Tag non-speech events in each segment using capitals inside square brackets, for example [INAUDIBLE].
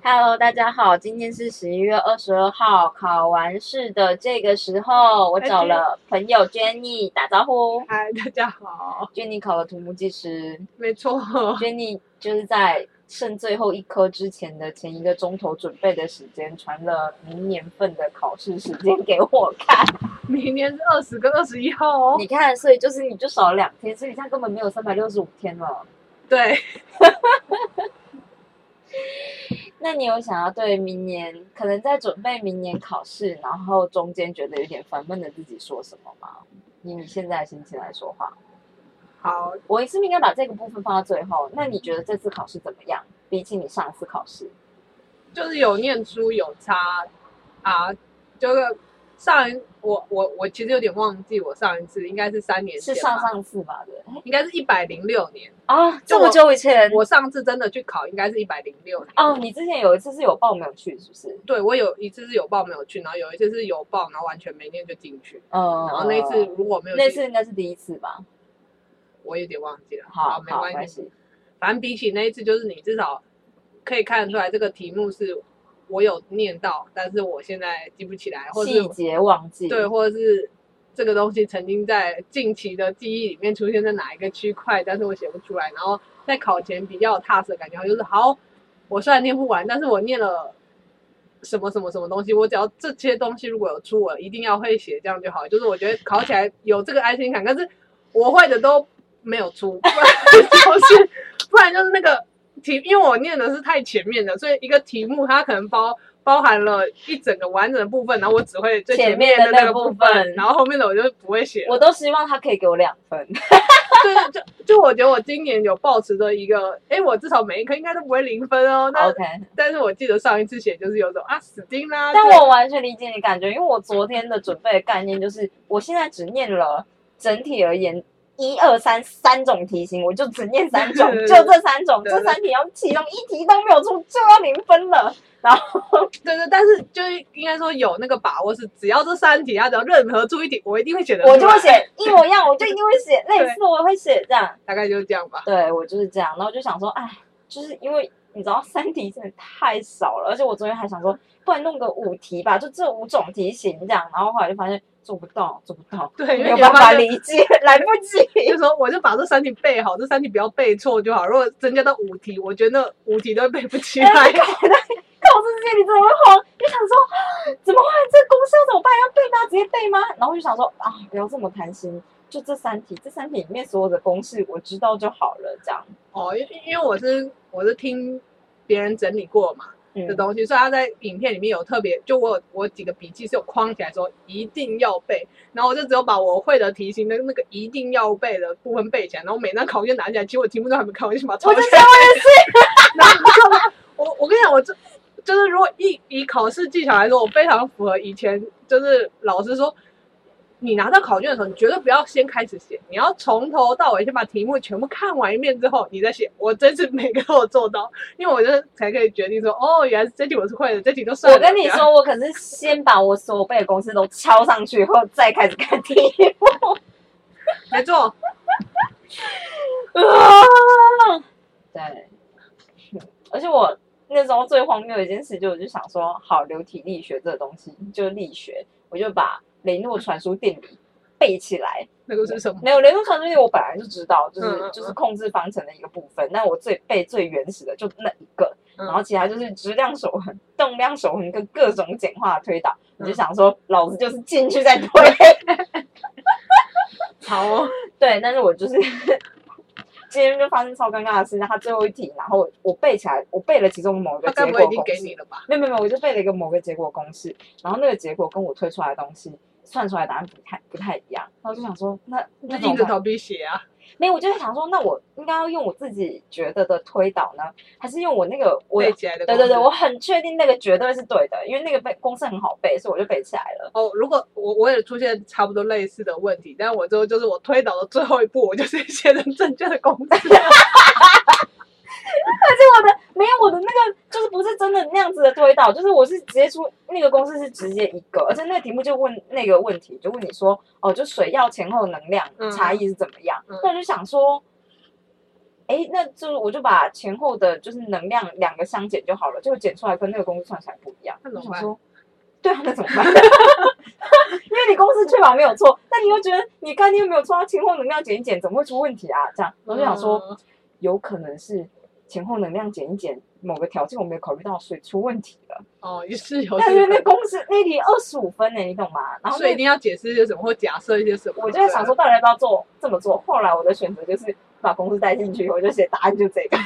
Hello，大家好，今天是十一月二十二号，考完试的这个时候，我找了朋友 Jenny 打招呼。嗨，大家好， Jenny 考了土木技师没错， ，Jenny 就是在剩最后一科之前的前一个钟头准备的时间，传了明年份的考试时间给我看。明年是二十跟二十一号哦。你看，所以就是你就少了两天，所以你现在根本没有三百六十五天了。对，那你有想要对明年可能在准备明年考试，然后中间觉得有点烦闷的自己说什么吗？以你现在的心情来说话，好，我是不是应该把这个部分放到最后？那你觉得这次考试怎么样？比起你上次考试，就是有念书有差啊，就是上一我我我其实有点忘记，我上一次应该是三年是前吧，上上次吧？对不对应该是一百零六年，啊，就这么我久以前，我上次真的去考应该是一百零六年。哦，你之前有一次是有报没有去，是不是？对，我有一次是有报没有去，然后有一次是有报，然后完全没念就进去，嗯，然后哦那一次如果没有那进次应该是第一次吧？我有点忘记了，好，哦没好关系，系。反正比起那一次，就是你至少可以看得出来，这个题目是我有念到，但是我现在记不起来，或细是节忘记，对，或者是这个东西曾经在近期的记忆里面出现在哪一个区块，但是我写不出来。然后在考前比较有踏实的感觉，就是好，我虽然念不完，但是我念了。什么什么什么东西，我只要这些东西如果有出，我一定要会写，这样就好。就是我觉得考起来有这个安心感，但是我会的都没有出，不然 [LAUGHS] 就是不然就是那个题，因为我念的是太前面的，所以一个题目它可能包包含了一整个完整的部分，然后我只会最前面面的那那个部部分然后后面的我就不会写了。我都希望他可以给我两 [LAUGHS] 分。对，就就我觉得我今年有抱持着一个，哎，我至少每一科应该都不会零分哦。但 OK，但是我记得上一次写就是有种啊死定啦，但就我完全理解你的感觉，因为我昨天的准备的概念就是，我现在只念了整体而言一二三三种题型，我就只念三 [LAUGHS] 种，对就这三种，对这三题要其中一题都没有出就要零分了。对对，但是就是应该说有那个把握是，只要这三题，它只要任何出一题，我一定会写的，我就会写一模一样，我就一定会写类似，我会写这样。大概就是这样吧。对我就是这样，然后就想说，哎，就是因为你知道三题真的太少了，而且我昨天还想说，不然弄个五题吧，就这五种题型这样，然后后来就发现做不到，做不到，对，没因为有研办发法就理解，来不及。就说我就把这三题背好，这三题不要背错就好。如果增加到五题，我觉得那五题都会背不起来。哎 [LAUGHS] 考试之前你真的会慌，就想说啊怎么会这公式要怎么办？要背吗？直接背吗？然后就想说啊，不要这么贪心，就这三题，这三题里面所有的公式我知道就好了，这样。哦，因因为我是我是听别人整理过嘛嗯这东西，所以他在影片里面有特别，就我有我几个笔记是有框起来说一定要背，然后我就只有把我会的题型的那个一定要背的部分背起来，然后每张考卷拿起来，其实我题目都还没看，我就先把它抄我起就来。这样，我也是。我我跟你讲，我就就是如果以以考试技巧来说，我非常符合以前就是老师说，你拿到考卷的时候，你绝对不要先开始写，你要从头到尾先把题目全部看完一遍之后，你再写。我真是每个都有做到，因为我就是才可以决定说，哦，原来是这题我是会的，这题都算了。我跟你这样，说，我可是先把我所有背的公式都敲上去，以后再开始看题目。没错，啊对，而且我那时候最荒谬的一件事，就我就想说，好，流体力学这个东西就力学，我就把雷诺传输定理背起来。那个是什么？没有雷诺传输定理，我本来就知道，就是嗯嗯嗯就是控制方程的一个部分。但我最背最原始的就那一个，嗯然后其他就是质量守恒、动量守恒跟各种简化的推导。我就嗯想说，老子就是进去再推。好、哦，对，但是我就是 [LAUGHS] 今天就发生超尴尬的事情，他最后一题，然后我我背起来， [LAUGHS] 我背了其中某个他结果该不会已经公给式你了吧？没有没有，没有我就背了一个某个结果公式，然后那个结果跟我推出来的东西算出来的答案不太不太一样，然后就想说，那那就怎么硬着办头皮写啊。没有，我就在想说，那我应该要用我自己觉得的推导呢，还是用我那个我背起来的对公对式。对，我很确定那个绝对是对的，因为那个背公式很好背，所以我就背起来了。哦，如果我我也出现差不多类似的问题，但我最后就是我推导的最后一步，我就是写成正确的公式。可是我的没有我的那个，就是不是真的那样子的推导，就是我是直接出那个公式是直接一个，而且那个题目就问那个问题，就问你说哦，就水药前后能量嗯差异是怎么样？嗯那我就想说，哎，那就是我就把前后的就是能量两个相减就好了，就减出来跟那个公式算起来不一样。那怎么我办想说？ [LAUGHS] 对啊，那怎么办？因为你公式确保没有错，但你又觉得你概念没有错，它前后能量减一减，怎么会出问题啊？这样，我就想说，嗯，有可能是前后能量减一减某个条件我没有考虑到，所以出问题了。哦，也是有但这因为个那公式那题二十五分呢、欸你懂吗？然后所以那一定要解释一些什么，或假设一些什么。啊我就在想说，到底要不要做这么做？后来我的选择就是把公式带进去，我就写答案就这个，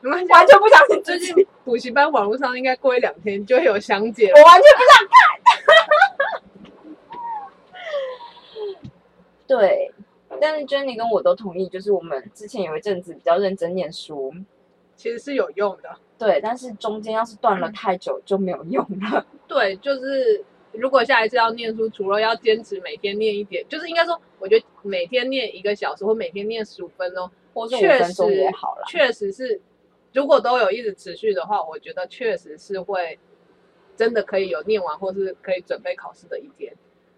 对，没关系 [LAUGHS] 啊完全不相信自最近己，补习班网络上应该过一两天就会有详解了我。完全不想看。 [LAUGHS] 对，但是 Jenny 跟我都同意，就是我们之前有一阵子比较认真念书，其实是有用的。对，但是中间要是断了太久就没有用了。对，就是如果下一次要念书，除了要坚持每天念一点，就是应该说，我觉得每天念一个小时或每天念十五分钟，或是五确分钟实也好啦。确实是，如果都有一直持续的话，我觉得确实是会真的可以有念完，或是可以准备考试的一天。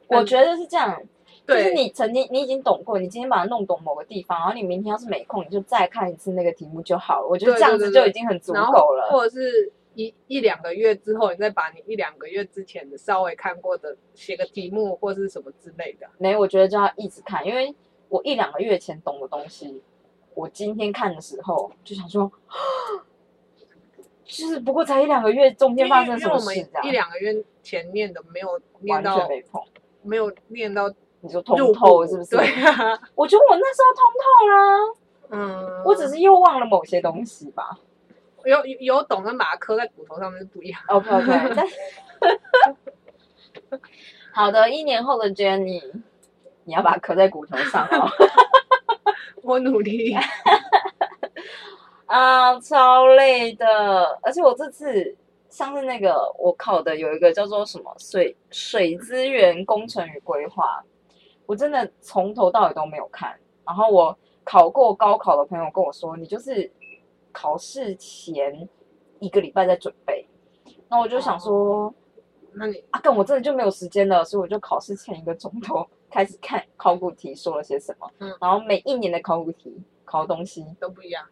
我觉得是这样，就对是你曾经你已经懂过，你今天把它弄懂某个地方，然后你明天要是没空，你就再看一次那个题目就好了。我觉得对这样对子对就已经很足然后够了。或者是一一两个月之后，你再把你一两个月之前的稍微看过的写个题目或是什么之类的。没，我觉得就要一直看，因为我一两个月前懂的东西，我今天看的时候就想说，啊就是不过才一两个月，中因间为发生因什为么我事们这一样，两个月前念的没有念完全到，没碰。没有念到你说入通透目是不是？对啊，我觉得我那时候通透啦，嗯，我只是又忘了某些东西吧。有有有懂跟把它刻在骨头上面是不一样。 OK [LAUGHS] OK，但好的，一年后的 Jenny，你要把它刻在骨头上哦。我 [LAUGHS] 努力，啊，超累的，而且我这次上次那个我考的有一个叫做什么水水资源工程与规划，我真的从头到尾都没有看。然后我考过高考的朋友跟我说，你就是考试前一个礼拜在准备。那我就想说。那你啊，但我真的就没有时间了，所以我就考试前一个钟头开始看考古题说了些什么，嗯然后每一年的考古题考的东西都不一样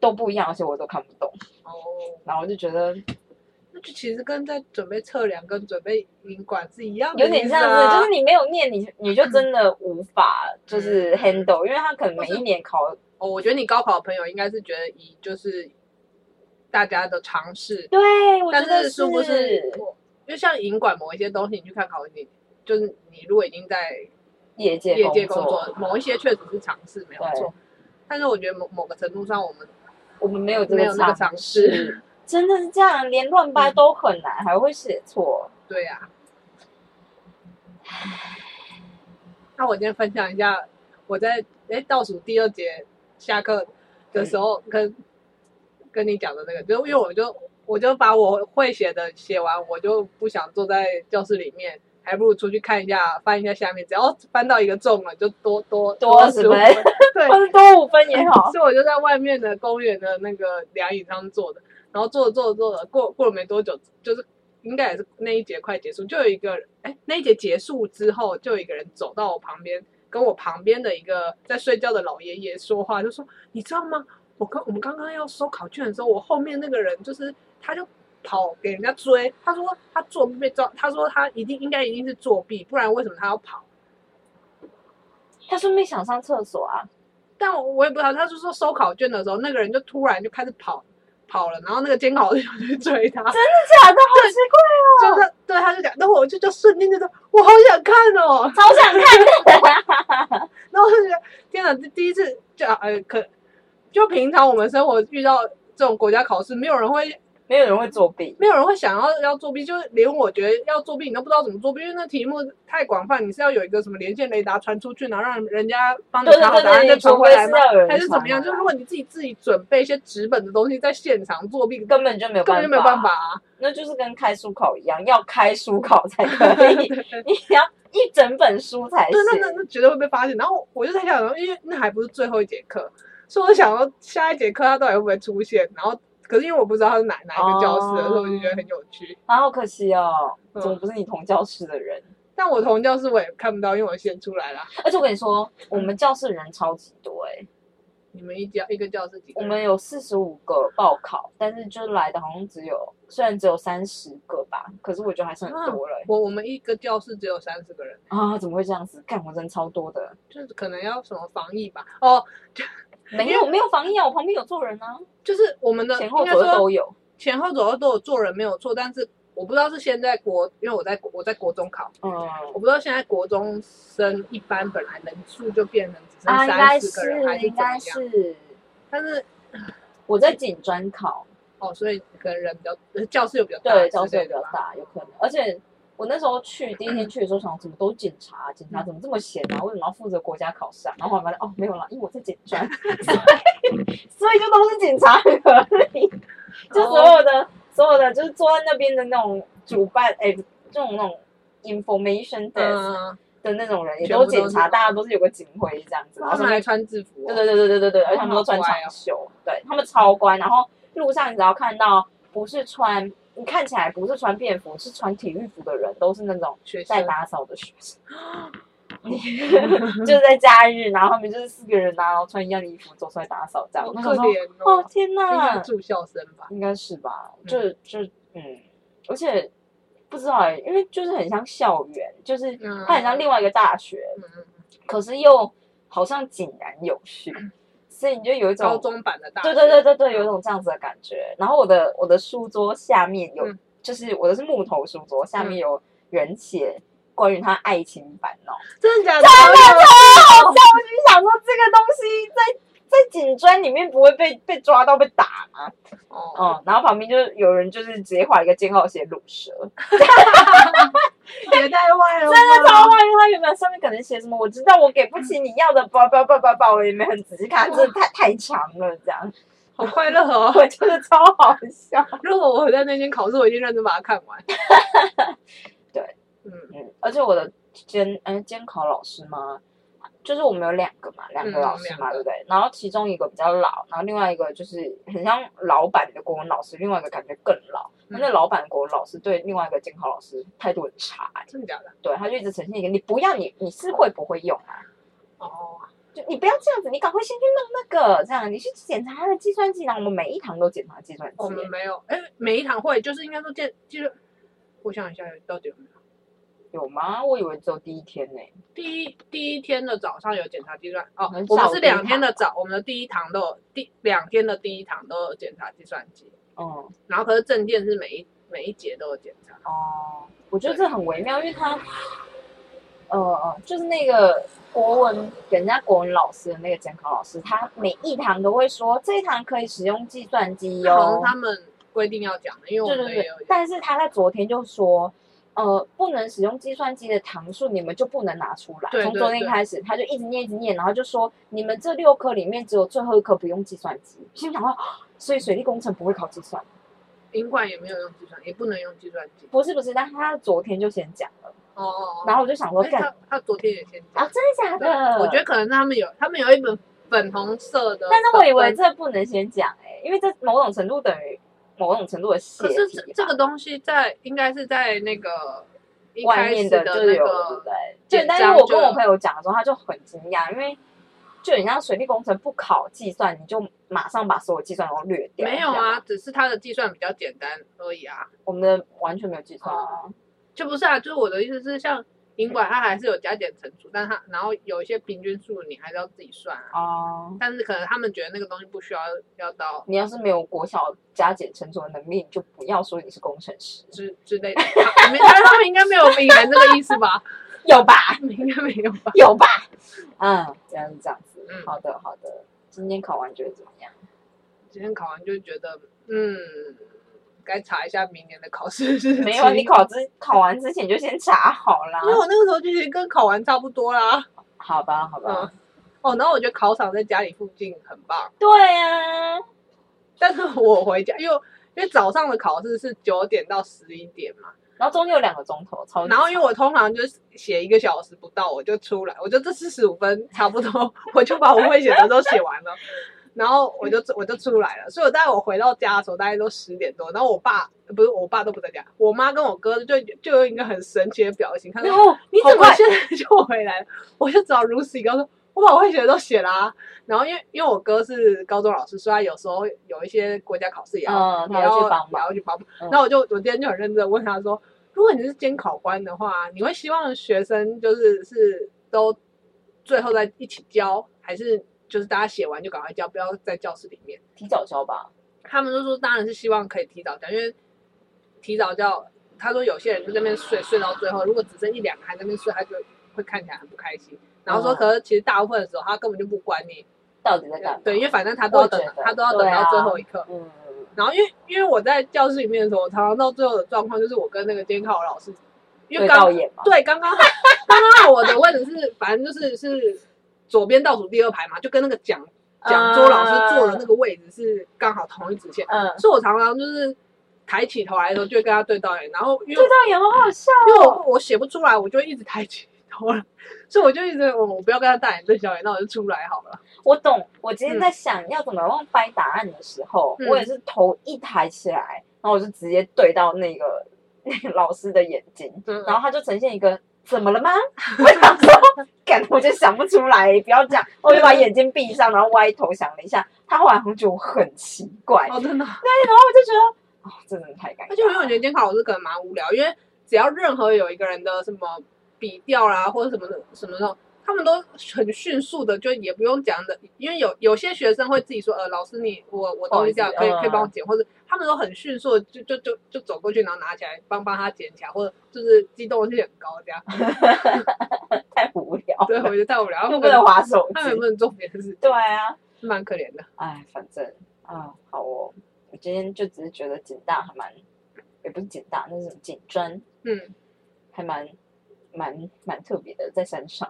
都不一样，而且我都看不懂，哦。然后我就觉得那就其实跟在准备测量跟准备引管是一样的、有点像是，就是。你没有念，你你就真的无法就是啊嗯 handle，、因为他可能每一年考，哦，我觉得你高考的朋友应该是觉得以就是大家的尝试，对，我觉但得是是不是就像引管某一些东西，你去看考你，就是你如果已经在业界业界工工作，某一些确实是尝试没有对错，但是我觉得某某个程度上，我们我们没有这没有那个尝尝试， [LAUGHS] 真的是这样，连乱掰嗯都很难，还会写错。对啊呀、那我今天分享一下，我在哎倒数第二节下课的时候跟、跟你讲的那个，就因为我就我就把我会写的写完，我就不想坐在教室里面，还不如出去看一下，翻一下下面，只要翻到一个中了，就多多多十20分分， [LAUGHS] 对，或是多五分也好，所以我就在外面的公园的那个凉椅上坐的，然后坐着坐着坐着，过过了没多久，就是应该也是那一节快结束，就有一个人，哎，那一节结束之后，就有一个人走到我旁边，跟我旁边的一个在睡觉的老爷爷说话，就说你知道吗？我刚我们刚刚要收考卷的时候，我后面那个人就是他就。跑给人家追，他说他作弊被抓，他说他一定应该一定是作弊，不然为什么他要跑？他顺便想上厕所啊。但我我也不知道，他就说收考卷的时候，那个人就突然就开始跑跑了，然后那个监考的就去追他，就假的，好奇怪，是对他就讲，那我就就瞬间就说，我好想看哦，超想看的。然后我就觉得天哪，这第一次就呃可就平常我们生活遇到这种国家考 [LAUGHS] 试，没有人会没有人会作弊，没有人会想要要作弊，就是连我觉得要作弊，你都不知道怎么作弊，因为那题目太广泛，你是要有一个什么连线雷达传出去，然后让人家帮你对对查好对答案再对，传除回非来是吗？要有人还是怎么传样？啊回就是来如果你自己自己准备一些纸本的东西，在现场作弊，根根本就没有根办本法，就没有办法、啊。那就是跟开书考一样，要开书考才可 [LAUGHS] 以，你要一整本书才对，那那行。那绝对会被发现。然后我就在想说，因为那还不是最后一节课，所以我想说下一节课他到底会不会出现？然后可是因为我不知道他是哪哪一个教室哦的，所以我就觉得很有趣。啊，好可惜哦，嗯怎么不是你同教室的人？但我同教室我也看不到，因为我先出来了。而且我跟你说，我们教室人超级多哎、你们一教一个教室几我个人？们有四十五个报考，但是就来的好像只有，虽然只有三十个吧，可是我觉得还是很多了欸、我我们一个教室只有三十个人，啊！怎么会这样子？干，我人超多的，就是可能要什么防疫吧。哦，没有没有防疫啊，我旁边有坐人啊，就是我们的前后应该左右说都有。前后左右都有做人没有错，但是我不知道是现在国，因为我在国我在国中考，嗯，我不知道现在国中生一般本来人数就变成只剩啊，应三该十个人、还是是应怎么该样？是，但是我在警专考，哦，所以可能人比较呃教室又比较大对，之教室类也比的较吧，嗯大，有可能。而且我那时候去第一天去的时候，想怎么都警察，警察怎么这么闲啊？为什么要负责国家考试啊？然后我发现哦，没有啦，因为我在警 [LAUGHS] 专，所以所以就都是警察很合理，哦就所有的、所有的就是坐在那边的那种主办，哎，这种那种 information desk、嗯，的那种人，也全都部是警都是哦察，吗大家都是有个警徽这样子，然后他上们面还穿制服、哦对对，对对对对对，而且他们都穿长袖，对他们超乖。然后路上你只要看到不是穿，你看起来不是穿便服，是穿体育服的人，都是那种学生在打扫的学生。 [LAUGHS] 就是在假日，然后他们就是四个人啊，然后穿一样的衣服走出来打扫，这样。好我可想说，怜哦哦，天应该哪是，住校生吧？应该是吧？就就嗯，而且不知道哎、因为就是很像校园，就是嗯它很像另外一个大学，嗯嗯，可是又好像井然有序，所以你就有一种高中版的大对学，对对对对，有一种这样子的感觉。然后我的我的书桌下面有，嗯就是我的是木头书桌，下面有人写关于他爱情烦恼。真的假的？真的好笑，我就想说这个东西在在警专里面不会被被抓到被打吗？哦，哦、然后旁边就是有人就是直接画一个箭号写乳蛇， [LAUGHS] 别哦太坏了吧，真的超坏，因为他原本上面可能写什么我知道我给不起你要的包包包包包，我也没很仔细看，真的太太长了这样， [LAUGHS] 好快乐哦！我觉得超好笑。如果我在那间考试，我一定认真把它看完。 [LAUGHS] 对，嗯，嗯，而且我的监嗯、监考老师嘛，就是我们有两个嘛，两个嗯老师嘛，两对个不对？然后其中一个比较老，然后另外一个就是很像老板的国文老师，另外一个感觉更老。嗯那老板的国文老师对另外一个监考老师态度很差、欸，真的假的？对，他就一直呈现一个你不要你你是会不会用啊？哦，就你不要这样子，你赶快先去弄那个，这样你去检查他的计算机，然后我们每一堂都检查计算机、我们没有，哎，每一堂会就是应该说见，就是我想一下有到底有没有。有吗？我以为只有第一天呢、第一第一天的早上有检查计算哦很，少我们是两天的早，我们的第一堂都有第两天的第一堂都有检查计算机，嗯。然后可是证件是每一每一节都有检查。哦，我觉得这很微妙，因为他，呃呃，就是那个国文，人家国文老师的那个监考老师，他每一堂都会说这一堂可以使用计算机好像哦，他们规定要讲的，因为对我对们也对有，但是他在昨天就说。呃，不能使用计算机的堂数，你们就不能拿出来。对从对昨天对开始，他就一直念，一直念，然后就说你们这六科里面只有最后一科不用计算机。心想说，啊所以水利工程不会考计算？英冠也没有用计算，也不能用计算机。不是不是，但他昨天就先讲了，哦哦，然后后我就想说，干他他昨天也先讲。啊，真的假对的？ [LAUGHS] 我觉得可能他们有，他们有一本粉红色的本本，但是我以为这不能先讲哎、因为这某种程度等于某种程度的泄可题吧。是这这个东西在应该是在那个一外开面始的就那有了，对不个对？简对，但是章我就跟我有朋友讲的时候，他就很惊讶，因为就很像水利工程不考计算，你就马上把所有计算都略掉。没有这啊，样，只是它的计算比较简单而已啊，我们的完全没有计算啊。就不是啊，就是我的意思是像。尽管它还是有加减乘除，但它然后有一些平均数，你还是要自己算啊。哦，但是可能他们觉得那个东西不需要要到你要是没有国小加减乘除的能力，你就不要说你是工程师，之之类的，他没他们应该没有明言这个意思吧？有吧？应该没有吧？有吧？嗯，这样这样子。嗯好的，好的。今天考完觉得怎么样？ [LAUGHS] 今天考完就觉得，嗯，该查一下明年的考试日期。没有，啊，你考之考完之前就先查好啦 [LAUGHS] 因。为我那个时候其实跟考完差不多啦。好吧，好吧。嗯，哦，然后我觉得考场在家里附近很棒，对啊，但是我回家因为因为早上的考试是九点到十一点嘛，然后中间有两个钟头，超级然后因长为我通常就是写一个小时不到我就出来，我就这四十五分差不多， [LAUGHS] 我就把我会写的都写完了。然后我就我就出来了，所以我大概我回到家的时候大概都十点多，然后我爸不是我爸都不在家，我妈跟我哥就就用一个很神奇的表情，看到哦，你你怎怎么 [LAUGHS] 么现在就回来了？我就找 Lucy 刚说，我把我会写的都写啦、然后因为因为我哥是高中老师，所以他有时候有一些国家考试也要、嗯也他会要去帮忙也要去帮忙。嗯然后我就我今天就很认真地问他说，如果你是监考官的话，你会希望学生就是是都最后再一起交，还是就是大家写完就赶快交，不要在教室里面？提早交吧。他们就说当然是希望可以提早交，因为提早交，他说有些人就在那边睡睡到最后，如果只剩一两个还在那边睡，他就会看起来很不开心。然后说，哦可是其实大部分的时候他根本就不管你，到底在干嘛？对，因为反正他都要我也等觉，得他都要等对啊到最后一刻。嗯，然后因为因为我在教室里面的时候，我常常到最后的状况就是我跟那个监考老师，因为对刚到眼嘛，对刚刚好刚刚好我的位置是反正就是是左边倒数第二排嘛，就跟那个讲讲桌老师坐的那个位置是刚好同一直线，嗯，所以我常常就是抬起头来的时候就会跟他对到眼，然后因为对到眼好好笑因为哦。我我写不出来，我就一直抬起头来， [LAUGHS] 所以我就一直我我不要跟他大眼瞪小眼，那我就出来好了。我懂，我今天在想要怎么样掰答案的时候，嗯我也是头一抬起来，然后我就直接对到那个那个老师的眼睛，嗯然后他就呈现一个怎么了吗？ [LAUGHS] 我想说，感我就想不出来，不要这样，我就把眼睛闭上，然后歪头想了一下，他后来好像觉得我很奇怪，哦，真的。然后我就觉得，哦，真的太尴而且因为我觉尬。得监考老师可能蛮无聊，因为只要任何有一个人的什么笔调啦，或者什么的什么的，他们都很迅速的，就也不用讲的，因为有有些学生会自己说，呃，老师你我我不好东意西思这样可以嗯可以帮我捡，或者他们都很迅速地就就就就走过去，然后拿起来帮帮他捡起来，或者就是激动性很高 [LAUGHS] 这样。太无聊，对，我觉得太无聊，他又 [LAUGHS] 不们不能能划手他们也机。不能做别的事，对啊，是蛮可怜的。哎，反正啊，好哦，我今天就只是觉得紧大还蛮，也不是紧大，那是什么紧专，嗯，还蛮蛮蛮特别的，在山上。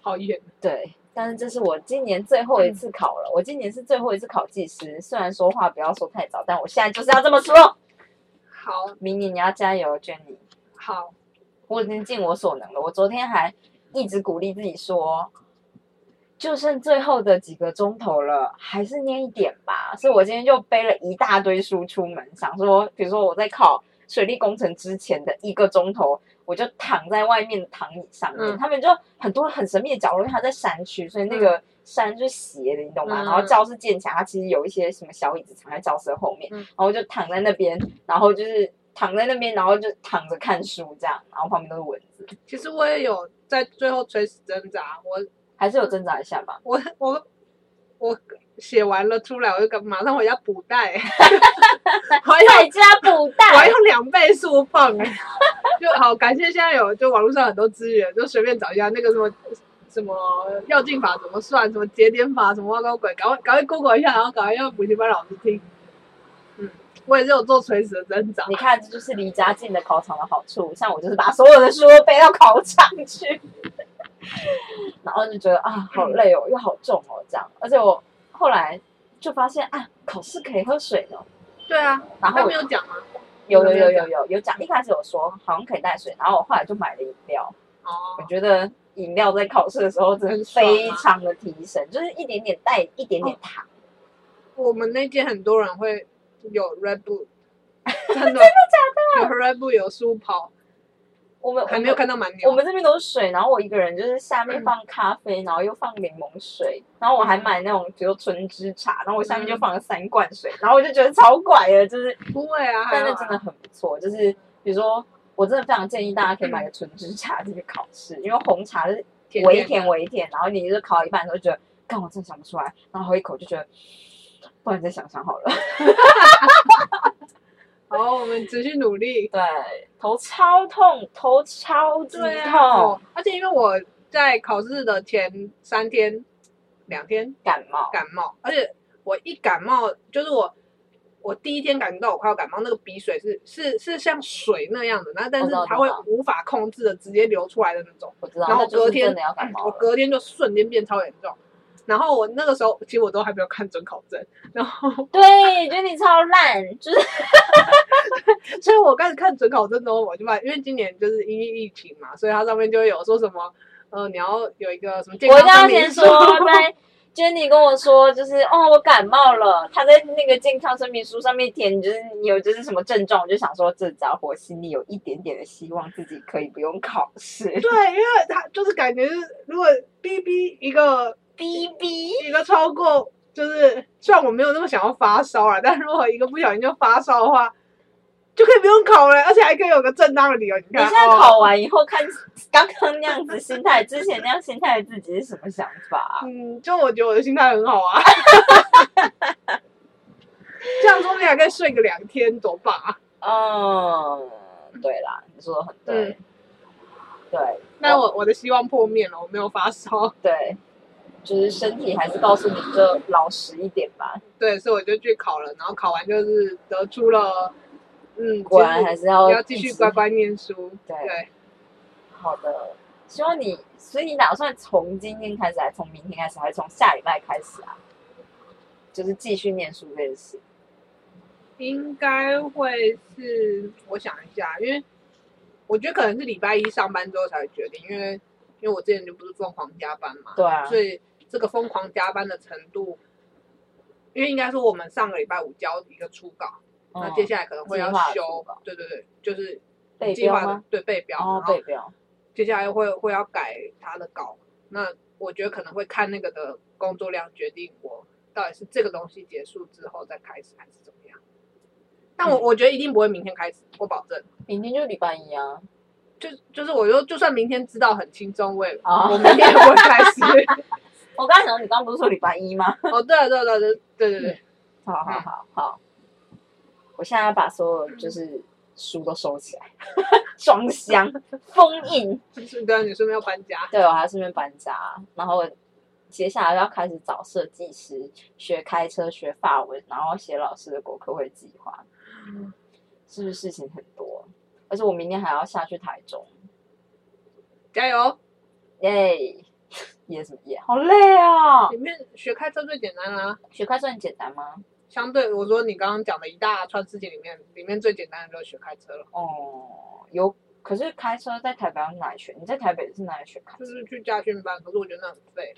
好远。对，但是这是我今年最后一次考了，我今年是最后一次考技师。虽然说话不要说太早，但我现在就是要这么说。好明年你要加油，Jenny。好，我已经尽我所能了。我昨天还一直鼓励自己说，就剩最后的几个钟头了，还是念一点吧。所以我今天就背了一大堆书出门，想说，比如说我在考水利工程之前的一个钟头，我就躺在外面的躺椅上面。嗯他们就很多很神秘的角落，因为它在山区，所以那个山就是斜的，你懂吗？嗯然后教室建起来，它其实有一些什么小椅子藏在教室的后面。嗯然后就躺在那边，然后就是躺在那边，然后就躺着看书这样，然后旁边都是蚊子，其实我也有在最后垂死挣扎，我还是有挣扎一下吧。我 [LAUGHS] 我我写完了出来，我就赶马上回家补带、 [LAUGHS] 我还用在家 [LAUGHS] 补我还带，用两倍速放 [LAUGHS] 哎、就好感谢现在有就网络上很多资源，就随便找一下那个什么什么要进法怎么算，什么节点法什么挖高鬼，赶快赶快 Google 一下，然后赶快让补习班老师听。嗯，我也是有做垂死的挣扎。你看这就是离家近的考场的好处。像我就是把所有的书都背到考场去，然后就觉得啊好累哦，又好重哦这样，而且我后来就发现啊考试可以喝水呢， [LAUGHS] 对啊，然他后没有讲吗？有有有有有有讲，一开始有说好像可以带水，然后我后来就买了饮料。我哦，觉得饮料在考试的时候真的非常的提神，就是一点点带一点点糖，我们那届很多人会有 Red Bull，真的真的假的？有 Red Bull 有书跑。我们还没有。嗯看到蛮牛。我们我们这边都是水，然后我一个人就是下面放咖啡，然后又放柠檬水，然后我还买那种比如纯汁茶，然后我下面嗯就放了三罐水，然后我就觉得超怪的，就是不会啊，还但好是啊真的很不错。就是比如说，我真的非常建议大家可以买个纯汁茶进去考试，因为红茶就是嗯甜微甜甜微甜，然后你就考一半的时候就觉得，干我真的想不出来，然后喝一口就觉得，不然再想想好了。好，我们持续努力。对，头超痛，头超级对痛，啊，哦而且因为我在考试的前三天、两天感冒。感冒，而且我一感冒就是我。我第一天感觉到我快要感冒，那个鼻水是是是像水那样的，那但我是知道它会哦我知道无法控制的直接流出来的那种。我知道，然后那就是隔天嗯真的要感冒我了。隔天就瞬间变超严重。然后我那个时候其实我都还没有看准考证，然后 [LAUGHS] 对，觉得你超烂，就是所以我开始看准考证之后，我就把，因为今年就是因为疫情嘛，所以它上面就会有说什么，呃，你要有一个什么健我康一定要声明先书说，在 Jenny 跟我说，就是哦，我感冒了。他在那个健康声明书上面填，就是你有就是什么症状，我就想说，这家伙心里有一点点的希望自己可以不用考试。对，因为他就是感觉是，如果 B B 一个 B B，一个超过，就是虽然我没有那么想要发烧啊，但如果一个不小心就发烧的话，就可以不用考了，而且还可以有个正当的理由。你你看，现在哦考完以后看刚刚那样子心态，之前那样心态的自己是什么想法？嗯，就我觉得我的心态很好啊。 [LAUGHS] 这样说不定还可以睡个两天，多棒啊！嗯，对啦，你说的很对，对 [LAUGHS] 但我我的希望破灭了，我没有发烧， [LAUGHS] 对，就是身体还是告诉你，就老实一点吧。对，所以我就去考了。然后考完就是得出了，嗯，果然其实还是要要继一续直乖乖念书。对对，好的，希望你，所以你打算从今天开始，还是从明天开始，还是从下礼拜开始啊？就是继续念书这件事。应该会是我想一下，因为我觉得可能是礼拜一上班之后才会决定，因为因为我之前就不是疯狂加班嘛，对啊，所以这个疯狂加班的程度，因为应该说我们上个礼拜五交一个初稿，那、嗯接下来可能会要计划的初修稿，对对对，就是背计标划的吗？对背标，哦然，后背标。接下来会会要改他的稿，那我觉得可能会看那个的工作量决定我到底是这个东西结束之后再开始还是怎么样。但我、嗯我觉得一定不会明天开始，我保证。明天就礼拜一啊。就就是我就就算明天知道很轻松，我也、哦我明天也不会开 [LAUGHS] 始。我刚才想，你刚刚不是说礼拜一 [LAUGHS] 吗？哦，对了对了对了对对嗯对，好好好好，我现在要把所有就是书都收起来， [LAUGHS] 装箱封印。就是对啊，你顺便要搬家，对，我还要顺便搬家，然后我接下来要开始找设计师，学开车，学法文，然后写老师的国科会计划，嗯是不是事情很多？而且我明天还要下去台中，加油！耶，耶什么耶？好累哦！里面学开车最简单啦、学开车很简单吗？相对我说你刚刚讲的一大串事情里面，里面最简单的就是学开车了，哦，有，可是开车在台北要哪里学？你在台北是哪里学开车就？是去家训班。可是我觉得那很废，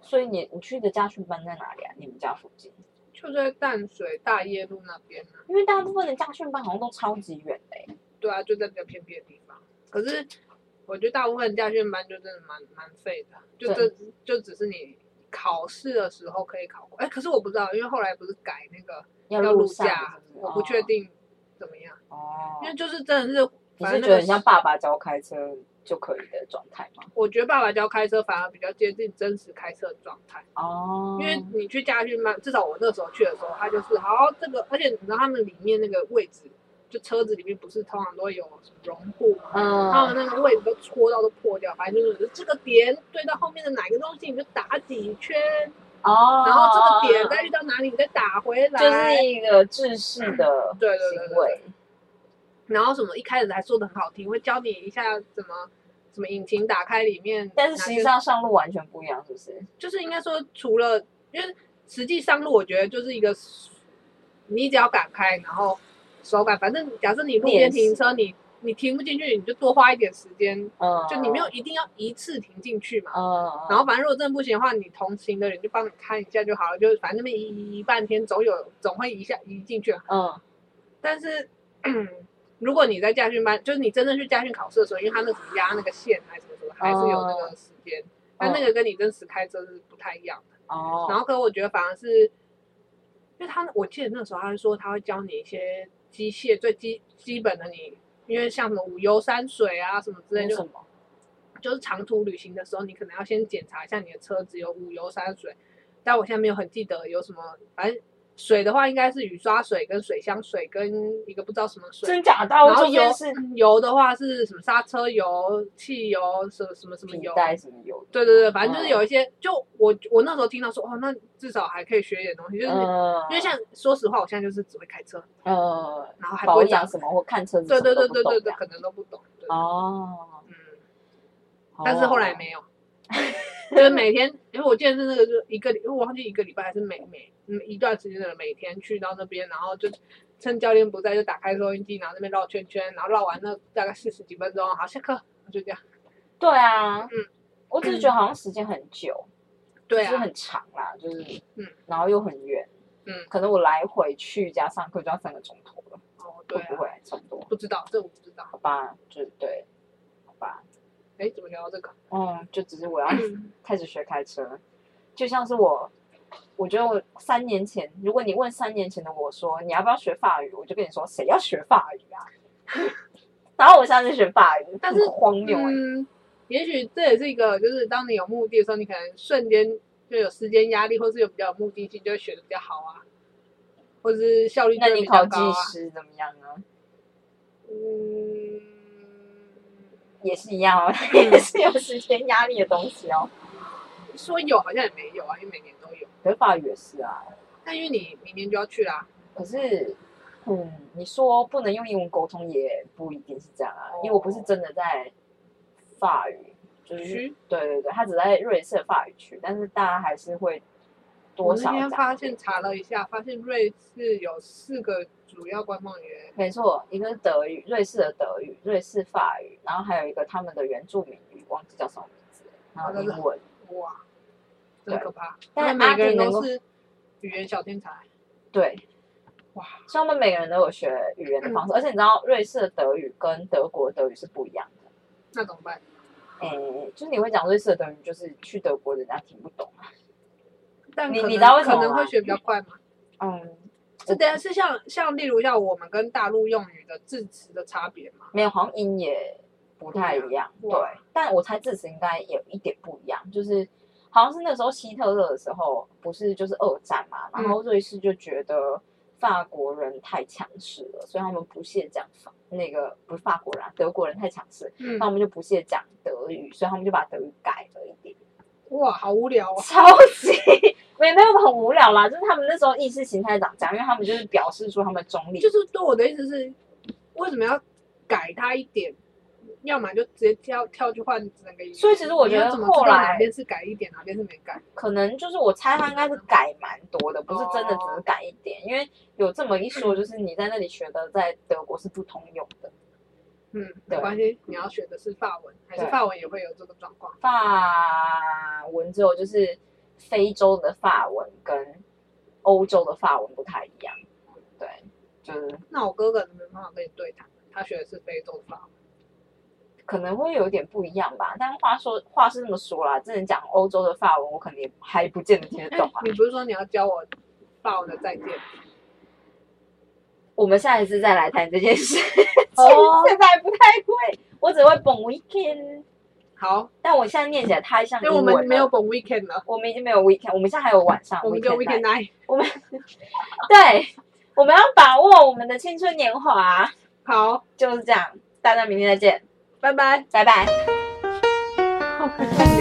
所以你你去的家训班在哪里啊？你们家附近？就在淡水大业路那边啊。因为大部分的家训班好像都超级远的、欸。对啊，就在比较偏僻的地方。可是我觉得大部分家训班就真的蛮蛮废的，啊就这就只是你考试的时候可以考过。哎，可是我不知道，因为后来不是改那个要要路上架，是不是我不确定怎么样，哦。因为就是真的是。你反是正觉得那个很像爸爸教开车就可以的状态吗？我觉得爸爸教开车反而比较接近真实开车的状态，哦因为你去家训班，至少我那时候去的时候，他就是好这个，而且你知道他们里面那个位置，就车子里面不是通常都会有什么绒布嘛，他嗯，们那个位置都戳到都破掉，反正就是这个点对到后面的哪一个东西你就打几圈，哦，然后这个点再遇到哪里你再打回来，嗯就是一个制式的对对对行对，为，然后什么一开始还说的很好听，会教你一下怎么什么引擎打开里面，但是实哪际些上上路完全不一样，是不是？就是应该说，除了因为实际上路，我觉得就是一个，你只要敢开，然后手感，反正假设你路边练习停车，你你停不进去，你就多花一点时间，嗯，就你没有，一定要一次停进去嘛。嗯，然后反正如果真的不行的话，你同行的人就帮你看一下就好了，就是反正那边移移移半天，总有总会移下移进去。嗯，但是 [CLEARS THROAT] 如果你在驾训班，就是你真正去驾训考试的时候，因为他那只压那个线还是什么什么，还是有那个时间，但那个跟你真实开车是不太一样的。哦，然后可我觉得反而是，因为他我记得那时候他是说他会教你一些机械最基基本的你，因为像什么五油山水啊什么之类，那就什么？就是长途旅行的时候，你可能要先检查一下你的车子有五油山水，但我现在没有很记得有什么，反正水的话应该是雨刷水跟水箱水跟一个不知道什么水。真假大陆然后中油间是油的话是什么刹车油、汽油、什么什么什么皮油，带什么油？对对对，嗯反正就是有一些，就我我那时候听到说，哦，那至少还可以学一点东西，就是、嗯，因为像说实话，我现在就是只会开车，呃然后还不保会养讲，什么或看车子，对对对对对对，，可能都不懂，对，哦，嗯，但是后来没有，就是每天，因为我记得是那个就是一个礼，我忘记一个礼拜还是每每嗯一段时间的每天去到那边，然后就趁教练不在就打开收音机，然后那边绕圈圈，然后绕完那大概四十几分钟，好下课，就这样，对啊，嗯我只是觉得好像时间很久，对就是啊，很长啦，就是嗯，然后又很远，嗯可能我来回去加上课就要三个钟头了，哦，对会不啊，会差不多？不知道，这我不知道。好吧，就对，好吧，哎，怎么聊到这个？嗯，就只是我要嗯开始学开车，就像是我，我觉得我三年前，如果你问三年前的我说你要不要学法语，我就跟你说谁要学法语啊？ [LAUGHS] 然后我现在在学法语，但是很荒谬哎、嗯，也许这也是一个，就是当你有目的的时候，你可能瞬间就有时间压力，或是有比较有目的性，就会学的比较好啊，或者是效率就那会你比考较技高啊。师怎么样呢？嗯，也是一样哦， [LAUGHS] 也是有时间压力的东西哦。说有好像也没有啊，因为每年都有。可是法语也是啊，但因为你明年就要去啦，可是，嗯，你说不能用英文沟通也不一定是这样啊，哦因为我不是真的在法语，就是去。对对对，他只在瑞士的法语区，但是大家还是会多我那少天讲发现查了一下，发现瑞士有四个主要官方语言，没错，一个是德语，瑞士的德语，瑞士法语，然后还有一个他们的原住民语，忘记叫什么名字了，然后哦那是英文。哇，真对可怕！但他们每个人阿迪能都够是语言小天才。对，哇，嗯所以我们每个人都有学语言的方式，而且你知道瑞士的德语跟德国的德语是不一样的。那怎么办？诶、呃就是你会讲瑞士的德语，就是去德国人家听不懂啊。但你可你能知道为什么可能吗会学比较快嘛？嗯，是等下是像像例如像我们跟大陆用语的字词的差别嘛？没有，好像音也不太一样。不一对样哇，但我猜字词应该有一点不一样，就是好像是那时候希特勒的时候，不是就是二战嘛，然后瑞士就觉得法国人太强势了，所以他们不屑讲法那个不是法国人、啊，德国人太强势，嗯那，我们就不屑讲德语，所以他们就把德语改了一点，哇，好无聊哦。超级。 [LAUGHS] 没没有很无聊啦，就是他们那时候意识形态长这样，因为他们就是表示出他们的中立，就是对我的意思是，为什么要改它一点？要么就直接跳跳去换整个语言。所以其实我觉得你要怎么知道后来哪边是改一点，哪边是没改。可能就是我猜他应该是改蛮多的，不是真的只是改一点，因为有这么一说，就是你在那里学的，在德国是不通用的。嗯，对没关系，你要学的是法文，还是对法文也会有这个状况？法文只有就是非洲的法文跟欧洲的法文不太一样，对，就是那我哥哥没办法跟你对谈，他学的是非洲法文。可能会有点不一样吧。但话说话是这么说啦，真的讲欧洲的法文，我可能也还不见得听得哎懂啊。你不是说你要教我法文的再见？我们下一次再来谈这件 [LAUGHS] 事，哦现在不太会，我只会 Bon Weekend。好，但我现在念起来太像因为英我文们没了有本 weekend 了，我们已经没有 weekend，我们现在还有晚上我们就 weekend night night。对，我们要把握我们的青春年华，好， [LAUGHS] 就是这样。大家明天再见，拜拜。拜拜。好拜拜